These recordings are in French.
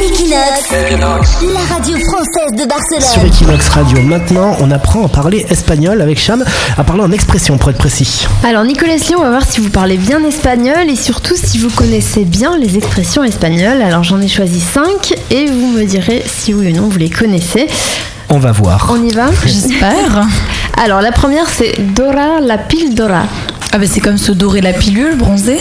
Equinox, la radio française de Sur Barcelone. Equinox Radio, maintenant, on apprend à parler espagnol avec Cham, à parler en expression pour être précis. Alors Nicolas Lee, on va voir si vous parlez bien espagnol et surtout si vous connaissez bien les expressions espagnoles. Alors j'en ai choisi 5 et vous me direz si oui ou non vous les connaissez. On va voir. On y va J'espère. Alors la première c'est Dora la pile Dora. Ah bah c'est comme se dorer la pilule, bronzer.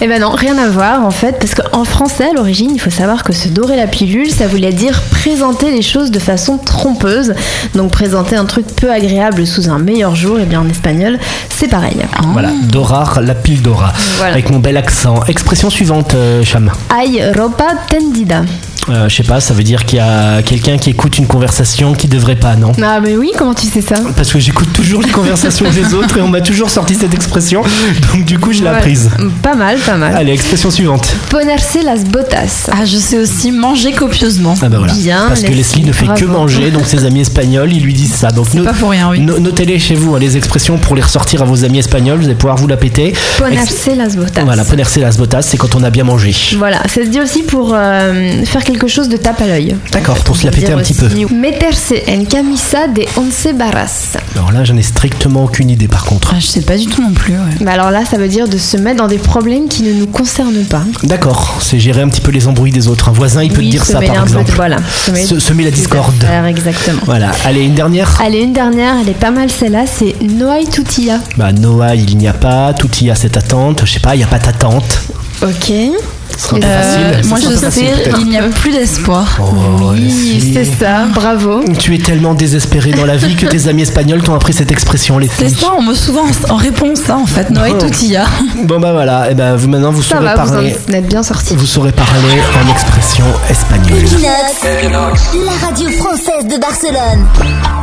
Eh ben non, rien à voir en fait, parce qu'en français à l'origine, il faut savoir que se dorer la pilule, ça voulait dire présenter les choses de façon trompeuse. Donc présenter un truc peu agréable sous un meilleur jour, et bien en espagnol, c'est pareil. Voilà, Dorar, la pile Dora. Voilà. Avec mon bel accent. Expression suivante, euh, Cham. Hay ropa tendida. Euh, Je sais pas, ça veut dire qu'il y a quelqu'un qui écoute une conversation qui devrait pas, non Ah mais oui, comment tu sais ça Parce que j'écoute toujours les conversations des autres et on m'a toujours sorti cette expression, donc du coup je l'ai Ouais. apprise. Pas mal, pas mal. Allez, expression suivante. Ponerse las botas. Ah je sais aussi manger copieusement. Ah bah voilà. Bien, Parce que Leslie, Leslie ne fait que bravo. manger, donc ses amis espagnols, ils lui disent ça. Donc C'est no- pas pour rien, oui. no- notez-les chez vous, hein, les expressions pour les ressortir à vos amis espagnols, vous allez pouvoir vous la péter. Ex- Ponerse las botas. Voilà, ponerse las botas, c'est quand on a bien mangé. Voilà, ça se dit aussi pour euh, faire quelque chose de tape à l'œil. D'accord, pour se la péter un petit peu. Meterse en camisa de once barras. Alors là, j'en ai strictement aucune idée par contre. Ah, je sais pas du tout non plus. ouais. Bah alors là, ça veut dire de se mettre dans des problèmes qui ne nous concernent pas. D'accord, c'est gérer un petit peu les embrouilles des autres. Un voisin, il peut Oui, te dire se ça mêler par un peu de- exemple. voilà, se mêler Se- semer la des discorde. affaires, Ah. exactement. Voilà, allez, une dernière. Allez, une dernière, elle est pas mal celle-là, c'est Noailles Tutilla. Bah Noah, il n'y a pas, tout y a cette attente, je sais pas, il n'y a pas d'attente. Ok. Ce sera pas Euh, facile. moi ce je sera pas facile, sais, peut-être. il n'y a plus d'espoir. Oh, Oui, Leslie. c'est ça, bravo. Tu es tellement désespéré dans la vie que tes amis espagnols t'ont appris cette expression, les C'est ça, on me souvent en réponse ça en fait. Noël Oh. Toutilla. Bon bah voilà, et ben vous maintenant vous Ça saurez va, vous parler. en êtes bien sortis. Vous saurez parler en expression espagnole. Equinox, la radio française de Barcelone.